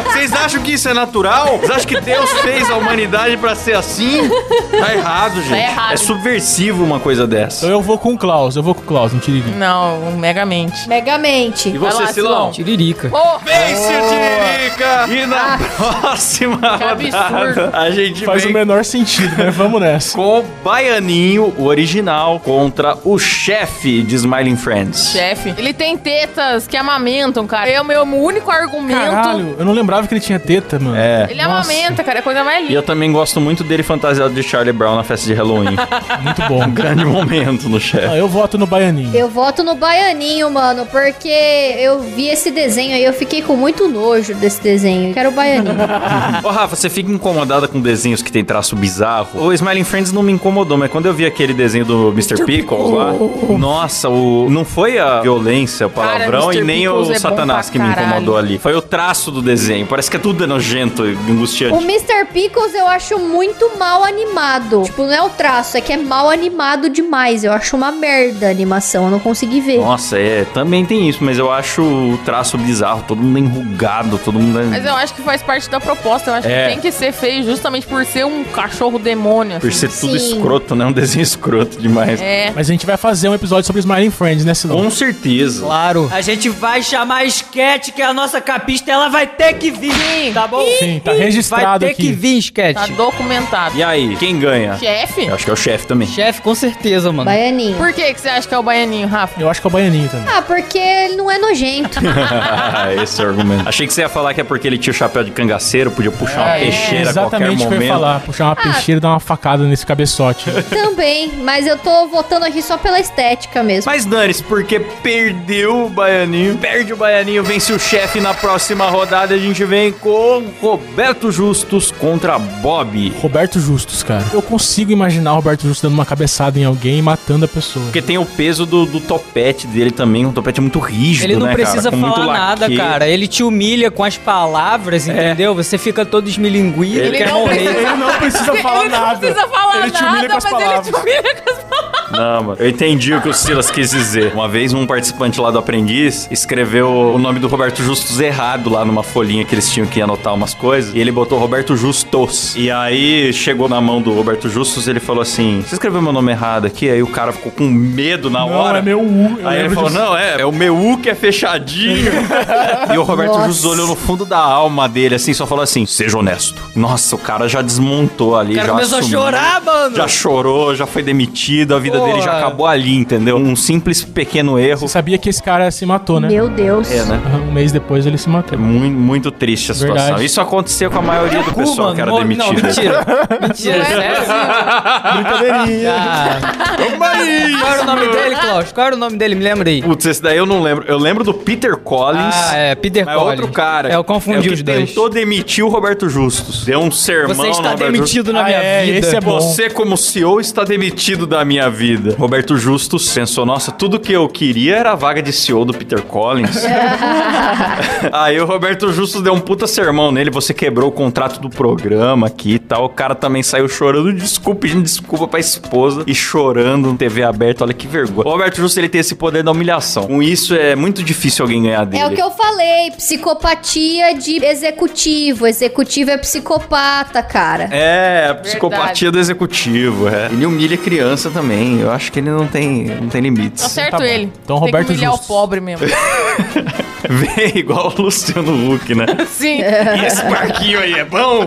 S2: Vocês acham que isso é natural? Vocês acham que Deus fez a humanidade pra ser assim? Tá errado, gente.
S3: errado.
S2: É subversivo uma coisa
S1: Então
S2: dessa.
S1: eu vou com o Klaus, eu vou com o Klaus, no Tiririca.
S3: Não, um o Megamente.
S4: Megamente.
S2: E
S3: Vai
S2: você,
S3: lá,
S2: Silão?
S3: Silão.
S5: Tiririca.
S3: Porra!
S2: Vence o Tiririca! E na próxima
S3: Ah, que absurdo.
S2: rodada, a gente
S1: Faz o
S2: vem
S1: menor sentido, né? Vamos nessa.
S2: com o Baianinho, o original, contra o chefe de Smiling Friends.
S3: Chefe. Ele tem tetas que amamentam, cara. É o meu único argumento.
S1: Caralho, eu não lembrava que ele tinha teta, mano.
S2: É.
S3: Ele
S1: Nossa.
S3: amamenta, cara. É a coisa mais
S2: E
S3: linda.
S2: eu também gosto muito dele fantasiado de Charlie Brown na festa de Halloween. Um
S1: Muito bom.
S2: Grande momento no
S1: Ah,
S2: chefe.
S1: eu voto no Baianinho.
S4: Eu voto no Baianinho, mano, porque eu vi esse desenho aí, eu fiquei com muito nojo desse desenho. Quero o Baianinho.
S2: Ô, Rafa, você fica incomodada com desenhos que tem traço bizarro? O Smiling Friends não me incomodou, mas quando eu vi aquele desenho do Mr. Pickles lá, nossa, o... não foi a violência, o
S3: Cara,
S2: palavrão
S3: Mr.
S2: e nem
S3: Pickles
S2: o
S3: é bom
S2: Satanás
S3: pra
S2: que me
S3: caralho.
S2: incomodou ali. Foi o traço do desenho. Parece que é tudo nojento e
S4: o
S2: angustiante.
S4: Mr. Pickles eu acho muito mal animado. Tipo, não é o traço, é que é mal animado demais. Eu acho uma merda a animação, eu não consegui ver.
S2: Nossa, é, também tem isso, mas eu acho o traço bizarro, todo mundo é enrugado, todo mundo.
S3: Mas eu acho que faz parte da proposta. Eu acho
S2: É.
S3: que tem que ser feio justamente por ser um cachorro demônio.
S2: Por
S3: assim.
S2: ser tudo
S4: Sim.
S2: escroto, né? Um desenho escroto demais.
S3: É.
S1: Mas a gente vai fazer um episódio sobre Smiling Friends, né, Silão?
S2: Com certeza.
S5: Claro.
S6: A gente vai chamar a Sketch, que é a nossa capista, ela vai ter que vir, tá bom?
S1: Sim, tá
S5: Vai
S1: registrado
S5: ter que
S1: aqui.
S5: vir, sketch.
S3: Tá documentado.
S2: E aí, quem ganha?
S3: Chefe?
S2: Eu acho que é o chefe também.
S5: Chefe, com certeza, mano.
S4: Baianinho.
S3: Por que, que você acha que é o baianinho, Rafa?
S1: Eu acho que é o Baianinho também.
S4: Ah, porque ele não é nojento.
S2: Esse é o argumento. Achei que você ia falar que é porque ele tinha o chapéu de cangaceiro, podia puxar uma
S3: É,
S2: peixeira a qualquer
S1: Exatamente o que eu ia
S2: momento.
S1: falar. Puxar uma peixeira e dar uma facada nesse cabeçote.
S4: Também, mas eu tô votando aqui só pela estética mesmo.
S2: Mas dane-se, porque perdeu o Baianinho. Perde o Baianinho, vence o chefe na próxima rodada. A gente vem com Roberto Justus contra Bob.
S1: Roberto Justus, cara. Eu consigo imaginar o Roberto Justus dando uma cabeçada em alguém e matando a pessoa.
S2: Porque tem o peso do, do topete dele também. Um topete muito rígido,
S5: Ele não
S2: né, cara?
S5: precisa
S2: Com muito
S5: falar nada,
S2: laque. É.
S5: cara. Ele te humilha com as palavras, entendeu? Você fica todo esmilinguido.
S2: Ele
S5: quer
S2: não
S5: morrer.
S1: Ele não precisa falar
S3: ele não
S1: nada.
S3: precisa falar
S1: Ele te
S3: nada,
S1: humilha com as
S3: mas ele te
S1: palavras.
S3: humilha com as palavras.
S2: Não, mano. Eu entendi o que o Silas quis dizer. Uma vez um participante lá do Aprendiz escreveu o nome do Roberto Justus errado lá numa folhinha que eles tinham que anotar umas coisas. E ele botou Roberto Justus. E aí chegou na mão do Roberto Justus ele falou assim: Você escreveu meu nome errado aqui? Aí o cara ficou com medo na
S1: Não,
S2: hora.
S1: é meu U. eu
S2: Aí ele
S1: lembro
S2: falou:
S1: disso.
S2: Não, é, é o meu U que é fechadinho. e o Roberto
S4: Nossa.
S2: Justus olhou no fundo da alma dele, assim, só falou assim: Seja honesto. Nossa, o cara já desmontou ali.
S6: O cara
S2: já
S6: começou
S2: assumiu. né?
S6: a chorar, mano.
S2: Já chorou, já foi demitido, a vida
S6: Porra.
S2: dele já acabou ali, entendeu? Um simples pequeno erro.
S1: Você sabia que esse cara se matou, né?
S4: Meu Deus.
S2: É, né?
S1: Aham, Um mês depois ele se
S2: É
S1: matou.
S2: muito, muito triste a situação.
S1: Verdade.
S2: Isso acontecia com a maioria do pessoal que era
S5: Não,
S2: demitido.
S5: Não, mentira. mentira.
S3: Não é possível.
S1: Brincadeirinha.
S5: Ah,
S2: Mas-
S5: qual era o nome dele, Klaus? Qual era o nome dele? Me lembra aí.
S2: Putz, esse daí eu não lembro. Eu lembro do Peter Collins.
S5: Ah, é, Peter
S2: Mas é
S5: Collins.
S2: outro cara.
S5: É, eu confundi
S2: é o que
S5: os dois.
S2: tentou demitir o Roberto Justus. Deu um sermão
S5: Você
S2: no
S5: está
S2: Roberto
S5: demitido na
S1: Ah,
S5: minha
S1: é,
S5: vida.
S1: esse é bom.
S2: Você, como CEO, está demitido da minha vida. Roberto Justus pensou: nossa, tudo que eu queria era a vaga de CEO do Peter Collins. Aí o Roberto Justus deu um puta sermão nele: você quebrou o contrato do programa aqui e tal. O cara também saiu chorando, desculpa, pedindo desculpa pra esposa e chorando um no TV aberta. Olha que vergonha. O Roberto Justus ele tem esse poder da humilhação. Com isso é muito difícil alguém ganhar dele.
S4: É o que eu falei, psicopatia de executivo. Executivo é psicopata, cara.
S2: É, a psicopatia do executivo, é. Ele humilha criança também. Eu acho que ele não tem, não tem limites.
S3: Tá certo
S1: bom.
S3: ele.
S1: Então,
S3: Tem
S1: Roberto
S3: que humilhar
S1: Justus.
S3: o pobre mesmo.
S2: Vem igual o Luciano Huck, né?
S3: Sim.
S2: E esse barquinho aí é bom?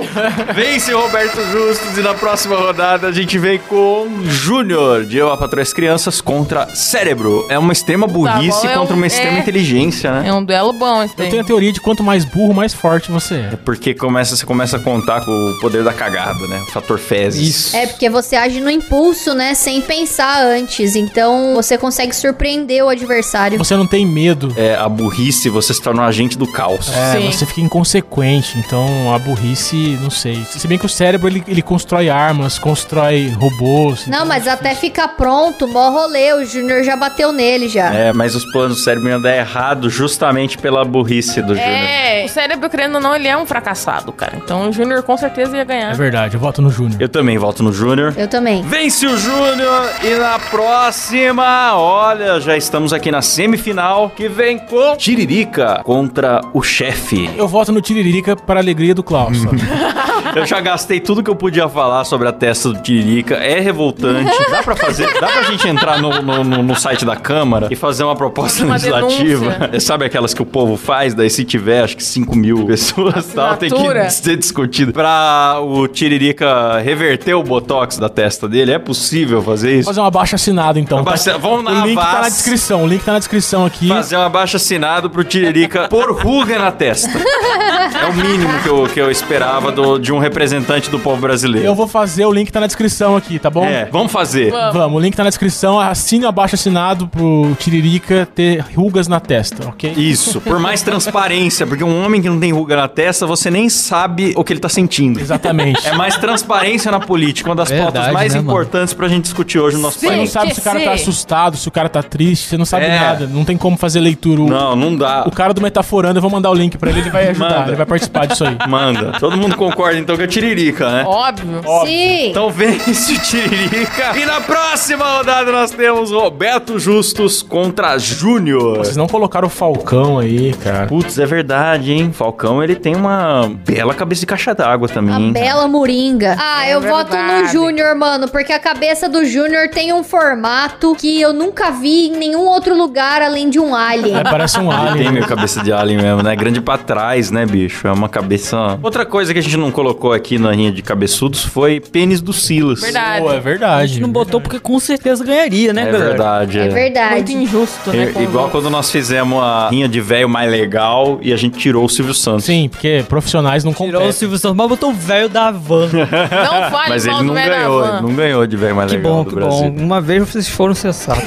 S2: Vence o Roberto Justus e na próxima rodada a gente vem com Júnior de Eu, a Patrões Crianças contra Cérebro. É uma extrema burrice
S3: bom, é
S2: contra
S3: um-
S2: uma extrema
S3: é.
S2: inteligência, né?
S3: É um duelo bom esse
S1: Eu
S3: daí.
S1: tenho a teoria de quanto mais burro, mais forte você é.
S2: Porque começa, você começa a contar com o poder da cagada, né? O fator fezes.
S5: Isso.
S4: É porque você age no impulso, né? Sem pensar antes. Então você consegue surpreender o adversário.
S1: Você não tem medo.
S2: É, a burrice, você se torna um agente do caos.
S1: É,
S3: Sim.
S1: você fica inconsequente, então a burrice, não sei. Se bem que o cérebro, ele, ele constrói armas, constrói robôs.
S4: Não, mas até ficar pronto, mó rolê. O Júnior já bateu nele já.
S2: É, mas os planos do cérebro iam dar errado justamente pela burrice do Júnior.
S3: É, o cérebro, querendo ou não, ele é um fracassado, cara. Então o Júnior com certeza ia
S1: É
S3: ganhar.
S1: verdade, eu voto no Júnior.
S2: Eu também volto no Júnior.
S4: Eu também.
S2: Vence o Júnior e na próxima, olha, já estamos aqui na semifinal que vem com Tiririca contra o chefe.
S1: Eu voto no Tiririca para a alegria do Klaus. só.
S2: Eu já gastei tudo que eu podia falar sobre a testa do Tiririca, é revoltante. Dá pra fazer, dá pra gente entrar no, no- no- no site da Câmara e fazer uma proposta
S3: Uma
S2: legislativa. É,
S3: denúncia.
S2: Sabe aquelas que o povo faz, daí se tiver acho que 5 mil pessoas e tal, tem que
S3: Assinatura.
S2: ser discutido. Pra o Tiririca reverter o Botox da testa dele, é possível fazer isso?
S1: Fazer um abaixo assinado, então. tá?
S2: Abaixa- vamos na
S1: O link tá na
S2: Avaz.
S1: descrição, o link tá na descrição aqui.
S2: Fazer um abaixo assinado pro Tiririca por ruga na testa. É o mínimo que eu, que eu esperava do- de um representante do povo brasileiro.
S1: Eu vou fazer, o link tá na descrição aqui, tá bom?
S2: É, vamos fazer.
S1: Vamos, o link tá na descrição, assine o abaixo assinado pro Tiririca ter rugas na testa, ok?
S2: Isso, por mais transparência, porque um homem que não tem ruga na testa, você nem sabe o que ele tá sentindo.
S1: Exatamente.
S2: É mais transparência na política, uma das
S5: Verdade,
S2: pautas mais
S5: né, mano?
S2: importantes pra gente discutir hoje no nosso
S1: Você não
S2: país.
S1: sabe se o cara tá assustado, se o cara tá triste, você não sabe
S2: assim. É.
S1: nada, não tem como fazer leitura. O-
S2: Não, não dá.
S1: O cara do Metaforando, eu vou mandar o link pra ele, ele vai ajudar,
S2: Manda.
S1: ele vai participar disso aí.
S2: Manda. Todo mundo concorda então que é Tiririca, né?
S3: Óbvio.
S4: Sim.
S2: Então vence o Tiririca. E na próxima rodada nós temos Roberto Justus contra Júnior.
S1: Vocês não colocaram o Falcão aí, cara.
S2: Putz, é verdade, hein? Falcão, ele tem uma bela cabeça de caixa d'água também.
S4: A
S2: hein?
S4: bela Moringa. Ah,
S3: É
S4: eu voto no
S3: verdade.
S4: Júnior, mano, porque a cabeça do Júnior tem um formato que eu nunca vi em nenhum outro lugar além de um alien.
S1: É, parece um
S2: Ele tem
S1: alien.
S2: meio cabeça de alien mesmo, né? Grande pra trás, né, bicho? É uma cabeça... Outra coisa que a gente não colocou aqui na linha de cabeçudos foi pênis do Silas.
S5: né,
S3: Verdade.
S1: Pô, é verdade.
S6: Não botou porque com certeza ganharia, né,
S2: É
S6: galera?
S2: verdade.
S4: É
S3: Muito
S4: verdade.
S3: injusto, né?
S2: É
S3: com os
S2: igual
S3: outros.
S2: quando nós fizemos a linha de velho mais legal e a gente tirou o Silvio Santos.
S1: Sim, porque profissionais não
S5: Tirou o
S1: competem.
S5: Silvio Santos, mas botou o velho da van.
S3: Não fale
S2: Mas
S3: mal
S2: ele
S3: do
S2: não
S3: velho
S2: ganhou,
S3: Avan.
S2: ele não ganhou de velho mais
S5: Que
S2: legal
S5: bom,
S2: do
S5: que
S2: Brasil.
S5: bom. Uma vez vocês foram cessados.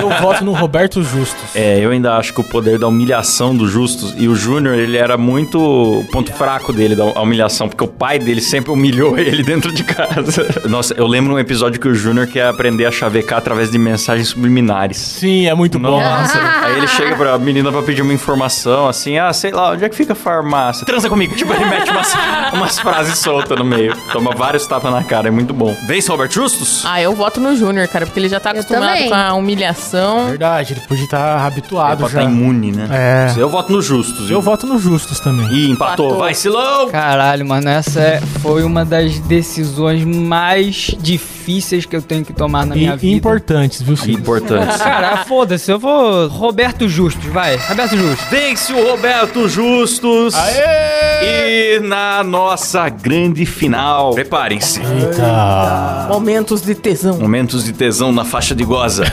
S1: Eu voto no Roberto Justus.
S2: É, eu ainda acho que o poder da humilhação do Justus e o Júnior, ele era muito o ponto fraco dele, da a humilhação, porque o o pai dele sempre humilhou ele dentro de casa. Nossa, eu lembro um episódio que o Júnior quer aprender a chavecar através de mensagens subliminares.
S1: Sim, é muito bom.
S2: Nossa, aí ele chega pra menina pra pedir uma informação, assim, ah, sei lá, onde é que fica a farmácia? Transa comigo. Tipo, ele mete umas, umas frases soltas no meio. Toma vários tapas na cara, é muito bom. Vence Robert Justus?
S3: Ah, eu voto no Júnior, cara, porque ele já tá acostumado
S4: também.
S3: com a humilhação.
S1: Verdade, ele podia estar habituado
S2: Ele
S1: já.
S2: tá imune, né?
S1: É.
S2: Eu voto no Justus.
S1: Eu voto no Justus também.
S2: Ih, empatou.
S3: Empatou.
S2: Vai, Silão!
S5: Caralho, mano, essa é- foi uma das decisões mais difíceis que eu tenho que tomar na minha
S1: E
S5: vida.
S1: importantes, viu, filho?
S2: Importante.
S5: Cara, foda-se, eu vou. Roberto Justus, vai. Roberto Justus.
S2: Vence o Roberto Justus. E na nossa grande final. Preparem-se.
S3: Momentos de tesão.
S2: Momentos de tesão na faixa de goza.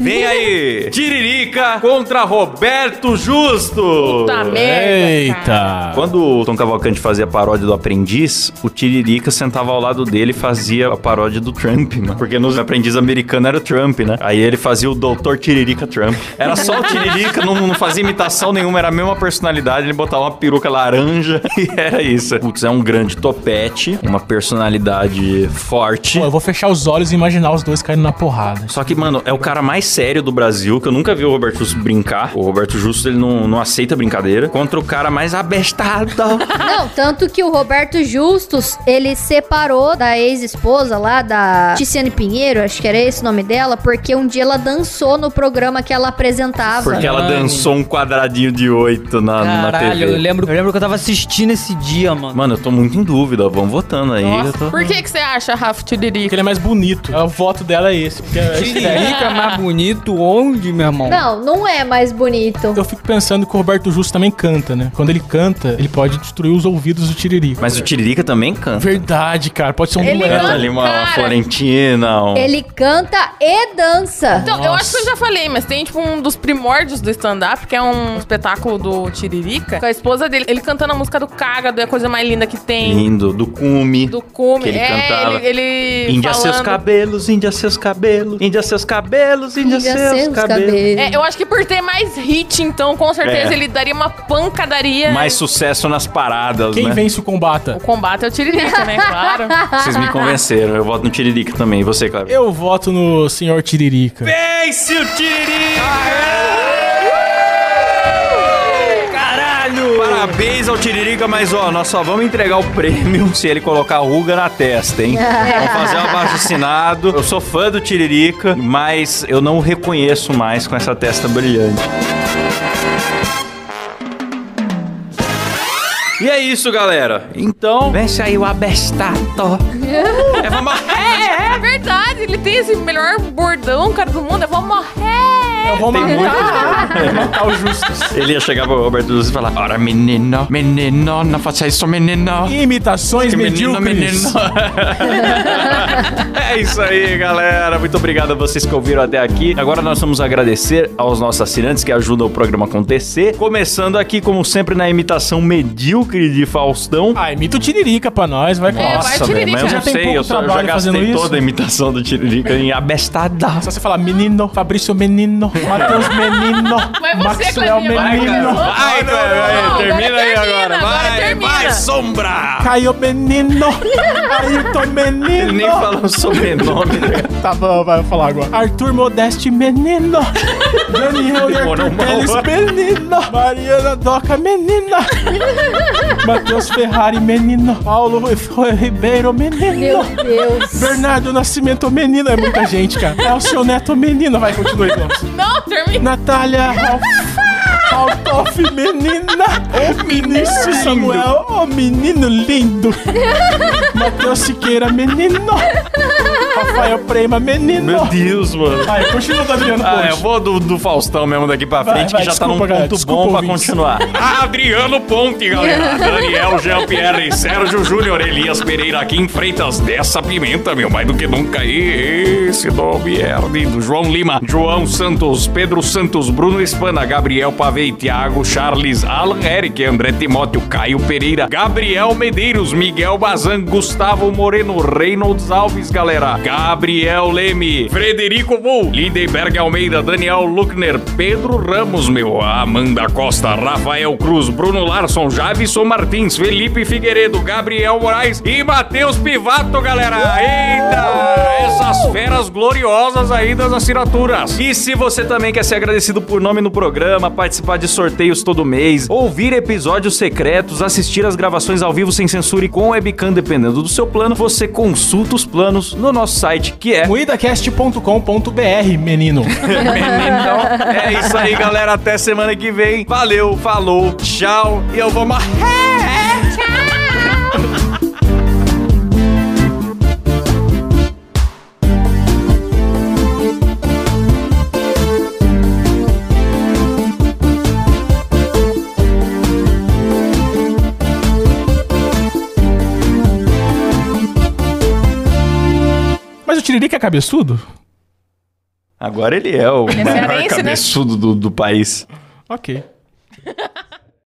S2: Vem aí! Tiririca contra Roberto Justo!
S3: Puta merda.
S1: Eita!
S2: Quando o Tom Cavalcante fazia a paródia do Aprendiz, o Tiririca sentava ao lado dele e fazia a paródia do Trump, mano. Porque no Aprendiz americano era o Trump, né? Aí ele fazia o Doutor Tiririca Trump. Era só o Tiririca, não, não fazia imitação nenhuma, era a mesma personalidade. Ele botava uma peruca laranja e era isso. Putz, é um grande topete, uma personalidade forte.
S1: Pô, eu vou fechar os olhos e imaginar os dois caindo na porrada.
S2: Só que, mano, é o cara mais sério do Brasil, que eu nunca vi o Roberto Justo brincar. O Roberto Justo, ele não, não aceita brincadeira. Contra o cara mais abestado.
S4: Não, tanto que o Roberto Justus, ele separou da ex-esposa lá, da Tiziane Pinheiro, acho que era esse o nome dela, porque um dia ela dançou no programa que ela apresentava.
S2: Porque ela
S5: Mano.
S2: dançou um quadradinho de oito na, na
S5: Caralho,
S3: é
S5: eu
S2: TV.
S5: lembro, eu lembro que eu tava assistindo esse dia, mano.
S2: Mano, eu tô muito em dúvida. Vão votando aí. eu
S3: Nossa,
S2: tô-
S3: por que, que você acha, Rafa
S1: Porque
S3: Tiririca?
S1: ele é mais bonito. O voto dela é esse. Porque é estético.
S5: Tiririca mais bonito onde, meu irmão?
S4: Não, não é mais bonito.
S1: eu fico pensando que o Roberto Justo também canta, né? Quando ele canta, ele pode destruir os ouvidos do Tiririca.
S2: Mas o Tiririca também canta.
S1: é Verdade, cara. Pode ser um
S3: Ele
S1: dueto.
S3: canta.
S2: Canta ali uma
S3: cara.
S2: Florentina. um-
S4: Ele canta e
S1: é-
S4: dança.
S3: Então, eu acho que eu já falei, mas tem tipo um dos primórdios do stand-up, que é um espetáculo do Tiririca, com a esposa dele, ele cantando a música do Cágado, é a coisa mais linda que tem.
S2: Lindo. Do cume.
S3: Do cume.
S2: Que ele
S3: é,
S2: cantava.
S3: ele, ele
S2: Índia seus
S3: falando.
S2: cabelos, índia seus cabelos, índia seus cabelos, índia
S4: Liga
S2: seus
S4: seus
S2: cabelos.
S4: cabelos.
S3: É, eu acho que por ter mais hit, então, com certeza
S2: É.
S3: ele daria uma pancadaria.
S2: Mais sucesso nas paradas,
S1: Quem
S2: né?
S1: vence o combata?
S3: O combate é o Tiririca, né? Claro.
S2: Vocês me convenceram. Eu voto no Tiririca também. E você, Cláudio?
S1: Eu voto no senhor Tiririca.
S2: Vence o Tiririca!
S5: Caralho!
S2: Parabéns ao Tiririca, mas ó, nós só vamos entregar o prêmio se ele colocar ruga na testa, hein? Vamos fazer um abaixo assinado. Eu sou fã do Tiririca, mas eu não o reconheço mais com essa testa brilhante. E é isso, galera. Então, vence aí o abestato. é, vamos...
S3: É, é verdade, ele tem esse melhor bordão, cara, do mundo. Eu vou morrer!
S1: Eu vou
S2: Tem
S1: matar, vou matar o Justus.
S2: Ele ia chegar pro Roberto Luz e falar: Ora, menino, menino, não faça isso, menino.
S1: Imitações
S2: Que menino,
S1: medíocres.
S2: menino. é isso aí, galera. Muito obrigado a vocês que ouviram até aqui. Agora nós vamos agradecer aos nossos assinantes que ajudam o programa a acontecer. Começando aqui, como sempre, na imitação medíocre de Faustão.
S1: Ah, imita o Tiririca pra nós, É, vai
S3: É, vai,
S1: Nossa.
S2: Nossa, velho,
S3: Tiririca.
S2: mas eu
S1: Já
S2: não
S1: tem
S2: sei,
S1: pouco
S2: eu, só, eu já
S1: trabalho fazendo
S2: gastei
S1: isso.
S2: toda a imitação do Tiririca em abestada.
S1: Só você falar menino, Fabrício menino, Matheus menino,
S3: Mas você,
S1: Maxwell
S3: Clevinho, vai,
S1: menino,
S3: cara.
S2: Vai,
S3: não,
S2: cara,
S3: não,
S2: termina aí
S3: agora
S2: agora.
S3: termina, agora
S2: Vai,
S3: termina.
S2: vai, sombra!
S1: Caio menino, Ailton menino.
S2: Ele nem falou sobrenome, né?
S1: Tá bom, vai eu vou falar agora. Arthur Modeste menino, Daniel e
S2: Demorou
S1: Arthur
S2: uma
S1: Teles
S2: hora.
S1: menino, Mariana Doca menina, Matheus Ferrari menino, Paulo Ribeiro menino.
S4: Meu Deus.
S1: Bernardo Nascimento Menino, é muita gente, cara. É o seu neto menino, vai, continua aí, Thomas.
S3: Não, termina.
S1: Natália Ralph. Altoff, menina! Ô menino Samuel, ô menino lindo! Matheus Siqueira, menino! Rafael Prema, menino!
S2: Meu Deus, mano.
S1: Vai, continua tá do Adriano
S2: Ah, eu
S1: Ponte.
S2: vou do, do Faustão mesmo daqui pra
S1: Vai,
S2: frente,
S1: vai,
S2: que já
S1: desculpa,
S2: tá num
S1: galera,
S2: ponto
S1: desculpa,
S2: bom pra
S1: ouvintes.
S2: continuar. Adriano Ponte, galera. Daniel, Jean-Pierre, Sérgio Júnior, Elias Pereira, Kim Freitas, dessa pimenta, meu, mais do que nunca aí. Esse nome é ardido. João Lima, João Santos, Pedro Santos, Bruno Espana, Gabriel Pavei, Thiago, Charles, Alan Eric, André Timóteo, Caio Pereira, Gabriel Medeiros, Miguel Bazan, Gustavo. Gustavo Moreno Reynolds Alves, galera. Gabriel Leme, Frederico Bull, Lindenberg Almeida, Daniel Luckner, Pedro Ramos, meu, Amanda Costa, Rafael Cruz, Bruno Larson, Javison Martins, Felipe Figueiredo, Gabriel Moraes e Matheus Pivato, galera. Eita! Essas feras gloriosas aí das assinaturas. E se você também quer ser agradecido por nome no programa, participar de sorteios todo mês, ouvir episódios secretos, assistir as gravações ao vivo sem censura e com webcam, dependendo do seu plano, você consulta os planos no nosso site, que é
S1: Moidacast.com.br, menino.
S2: Então, é isso aí, galera. Até semana que vem. Valeu, falou, tchau. E eu vou morrer.
S1: Mas o Tiririca é cabeçudo?
S2: Agora ele é o
S3: Esse era
S2: maior
S3: esse, né?
S2: cabeçudo do, do país.
S1: Ok.